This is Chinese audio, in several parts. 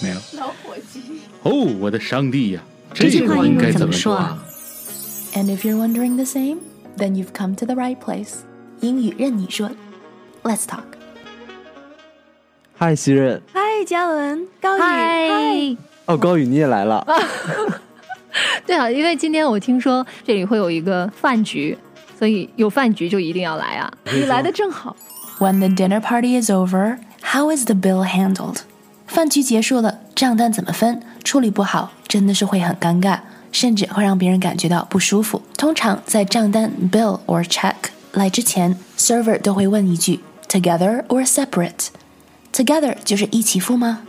没有。老伙计。哦，我的上帝呀、这句话个英应该文怎怎么说说啊？ And if you're wondering the same, then you've come to the right place. 英语任你说，Let's talk. 嗨，西任，嗨，嘉文，高宇，嗨，哦，高宇你也来 了，对啊，因为今天我听说这里会有一个饭局，所以有饭局就一定要来啊！你来的正好， When the dinner party is over, how is the bill handled? 饭局结束了，账单怎么分？处理不好，真的是会很尴尬，甚至会让别人感觉到不舒服。通常在账单 bill or check 来之前，server 都会问一句 together or separate。Together 就是一起付吗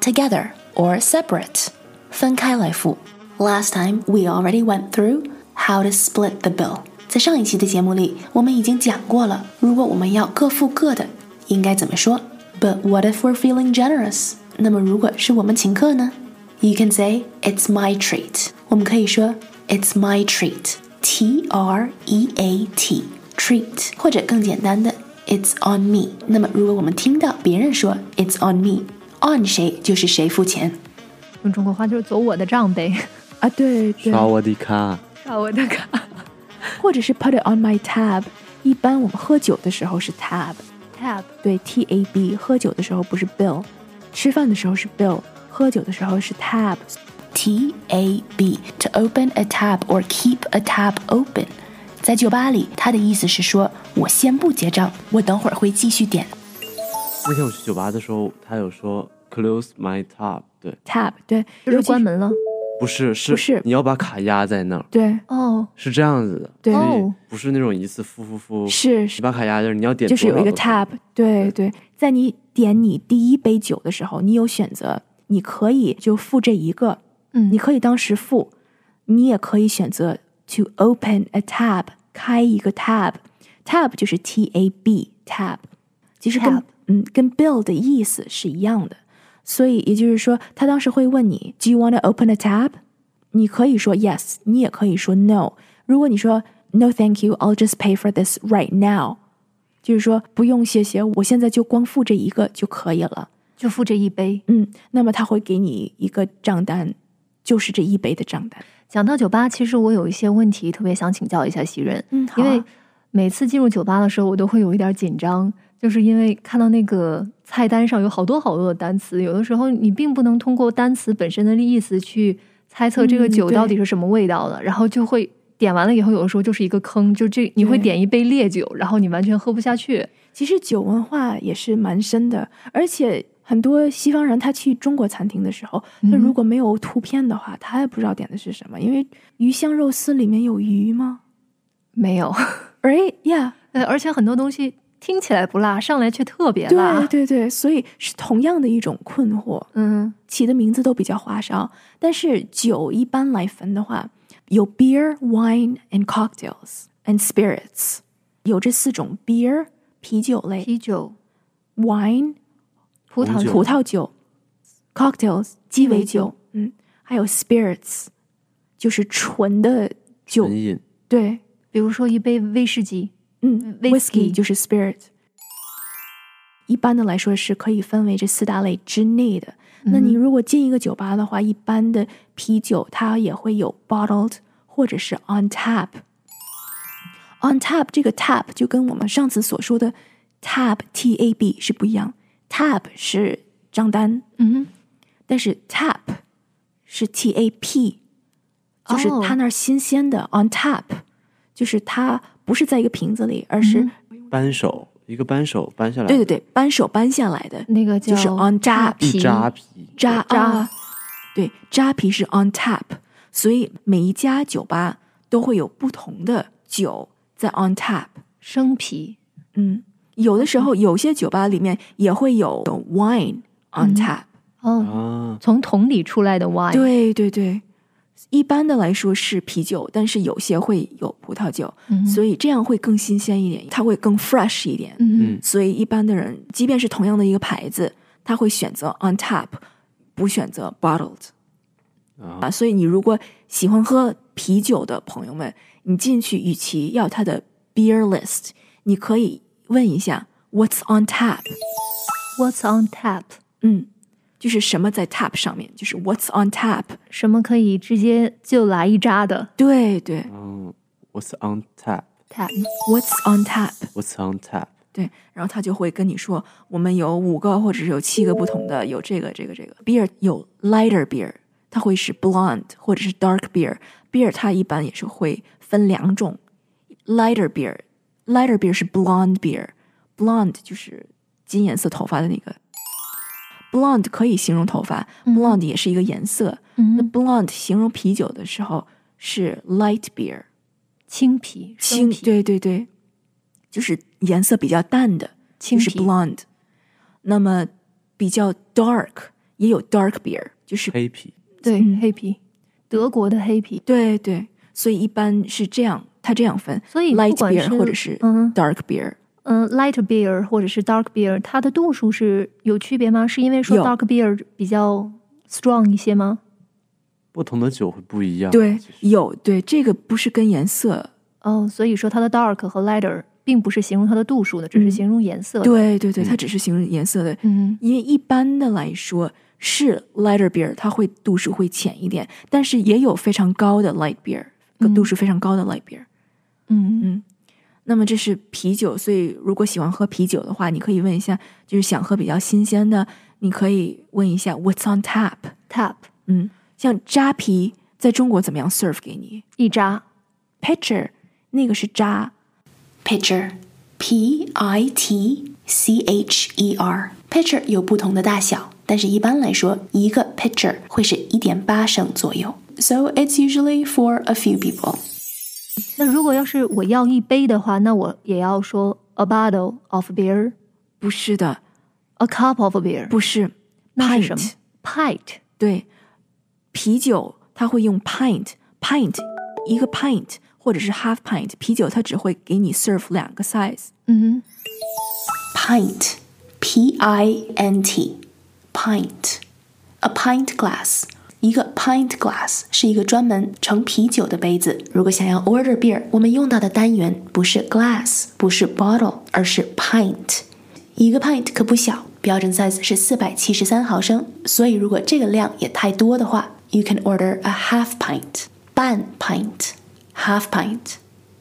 ？Together or separate，分开来付。Last time we already went through how to split the bill。在上一期的节目里，我们已经讲过了，如果我们要各付各的，应该怎么说？But what if we're feeling generous？那么如果是我们请客呢？You can say it's my treat。我们可以说 it's my treat。T R E A T treat，或者更简单的 It's on me。那么如果我们听到别人说 It's on me，on 谁就是谁付钱。用中国话就是走我的账呗， 啊，对对，刷我的卡，上我的卡或者是 put it on my tab。一般我们喝酒的时候是 tab， tab。对 T A B。喝酒的时候不是 bill，吃饭的时候是 bill，喝酒的时候是 tab。 T A B to open a tab or keep a tab open。在酒吧里，它的意思是说我先不结账，我等会儿会继续点。那天我去酒吧的时候，他有说 close my tab，对， tab 对，就是关门了不是，是不是你要把卡压在那儿，对哦，是这样子的，对所以哦不是那种一次付付付，是你把卡压在那儿，你要点就是有一个多少 tab，对对，在你点你第一杯酒的时候，你有选择，你可以就付这一个，嗯你可以当时付，你也可以选择 to open a tab，开一个 tab，tab 就是 t a b tab，其实跟 Tab 嗯跟 bill 的意思是一样的，所以也就是说，他当时会问你 do you want to open a tab？你可以说 yes，你也可以说 no。如果你说 no thank you，I'll just pay for this right now，就是说不用谢谢，我现在就光付这一个就可以了。就付这一杯。嗯，那么他会给你一个账单，就是这一杯的账单。讲到酒吧，其实我有一些问题特别想请教一下袭人，嗯因因为为每次进入酒吧的时候，我都会有一点紧张，就是因为看到那个菜单上有好多好多的单词，有的时候你并不能通过单词本身的意思去猜测这个嗯酒对到底是什么味道的，然后就会点完了以后，有的时候就是一个坑，就这你会对点一杯烈酒，然后你完全喝不下去。其实酒文化也是蛮深的，而且很多西方人他去中国餐厅的时候，他嗯如果没有图片的话，他也不知道点的是什么，因为鱼香肉丝里面有鱼吗没有， ？Right？Yeah。 呃而且很多东西听起来不辣，上来却特别辣。哎对对对，所以是同样的一种困惑，嗯，起的名字都比较花哨。但是酒一般来分的话，有 beer、wine and cocktails and spirits，有这四种 beer 啤酒类啤酒、 ，wine 葡萄嗯酒葡萄酒，cocktails 鸡尾酒，嗯，还有 spirits 就是纯的酒人，饮，对，比如说一杯威士忌，嗯 Whisky 就是 spirit。一般的来说是可以分为这四大类之内的。那你如果进一个酒吧的话，一般的啤酒它也会有 bottled 或者是 on tap。on tap 这个 tap 就跟我们上次所说的 tab t a b 是不一样，tab 是账单，嗯，但是 tap 是 t a p，就是哦它那儿新鲜的 on tap，就是它不是在一个瓶子里，而是、扳手一个扳手扳下来，对对，对，扳手扳下来的那个叫就是啊 on 扎 tap 啤一扎啤，扎扎啊，对，扎啤是 on tap，所以每一家酒吧都会有不同的酒在 on tap。生啤，嗯，有的时候有些酒吧里面也会有 wine on tap，、哦，啊，从桶里出来的 wine，，对对对，一般的来说是啤酒，但是有些会有葡萄酒，嗯、所以以这样会更新鲜一点，它会更 fresh 一点。嗯嗯所以一般的人，即便是同样的一个牌子，他会选择 on tap，不选择 bottled 啊。啊，所以你如果喜欢喝啤酒的朋友们，你进去与其要它的 beer list，你可以问一下 what's on tap， ，What's on tap？嗯，就是什么在 tap 上面，就是 what's on tap。什么可以直接就来一扎的对对嗯，What's on tap？What's tap？ ，what's on tap。 on tap？对，然后他就会跟你说，我们有五个或者是有七个不同的，有这个这个这个 beer，有 lighter beer，它会是 blonde 或者是 dark beer。beer 它一般也是会分两种，lighter beer，lighter beer 是 blonde beer，blonde 就是金颜色头发的那个，blonde 可以形容头发、b l o n d e 也是一个颜色。那嗯， blonde 形容啤酒的时候是 light beer，青皮，生青，皮，对对对，就是颜色比较淡的，青就是皮 blonde。那么比较 dark 也有 dark beer，就是黑啤对嗯黑皮，德国的黑皮。对对，所以一般是这样，它这样分，所以不 light 管 beer 是或者是嗯 dark beer，、嗯，light beer 或者是 dark beer，它的度数是有区别吗？是因为说有 dark beer 比较 strong 一些吗？不同的酒会不一样。对其，实有对，这个不是跟颜色，哦，所以说它的 dark 和 lighter 并不是形容它的度数的，只是嗯形容颜色的。，对对对，它只是形容颜色的，嗯因为一般的来说是 lighter beer，它会度数会浅一点，但是也有非常高的 light beer，嗯度数非常高的 light beer。嗯那么这是啤酒，所以如果喜欢喝啤酒的话，你可以问一下，就是想喝比较新鲜的，你可以问一下 What's on tap？ ，tap 嗯，像扎啤在中国怎么样 serve 给你一扎， ？Pitcher 那个是扎， pitcher p i t c h e r pitcher 有不同的大小，但是一般来说，一个 pitcher 会是一点八升左右。So it's usually for a few people. 那如果要是我要一杯的话，那我也要说 a bottle of beer，a 不是的， cup of beer，不是那是什么 pint， pint 对，啤酒它会用 pint，pint 一个 pint 或者是 half pint，啤酒它只会给你 serve 两个 size，嗯 pint, p i n t, pint, a pint glass. 一个 pint glass 是一个专门盛啤酒的杯子。如果想要 order beer，我们用到的单元不是 glass，不是 bottle，而是 pint。一个 pint 可不小，标准 size 是四百七十三毫升，所以如果这个量也太多的话，you can order a half pint，半 pint，half pint。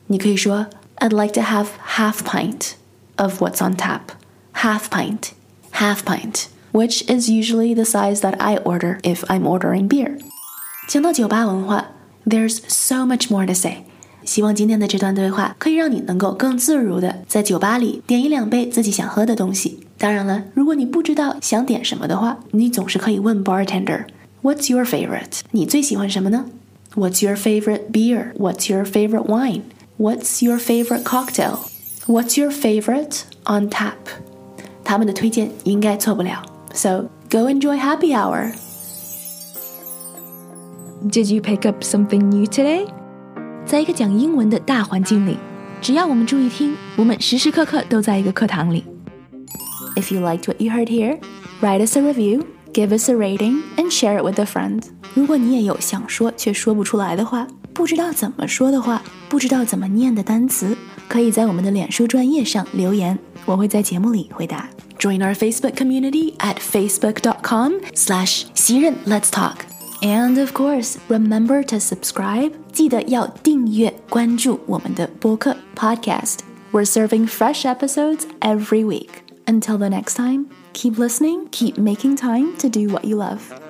你可以说 I'd like to have half pint of what's on tap. Half pint, half pint, which is usually the size that I order if I'm ordering beer. 讲到酒吧文化，there's so much more to say。希望今天的这段对话可以让你能够更自如的在酒吧里点一两杯自己想喝的东西。当然了，如果你不知道想点什么的话，你总是可以问 bartender What's your favorite？你最喜欢什么呢？What's your favorite beer? What's your favorite wine? What's your favorite cocktail? What's your favorite on tap？他们的推荐应该错不了。So go enjoy happy hour. Did you pick up something new today? 在一个讲英文的大环境里，只要我们注意听，我们时时刻刻都在一个课堂里。If you liked what you heard here, write us a review, give us a rating, and share it with a friend. 如果你也有想说却说不出来的话，不知道怎么说的话，不知道怎么念的单词，可以在我们的脸书专页上留言，我会在节目里回答。Join our Facebook community at facebook.com/slash 西任 Let's Talk. And of course, remember to subscribe. 记得要订阅关注我们的播客 podcast. We're serving fresh episodes every week. Until the next time, keep listening, keep making time to do what you love.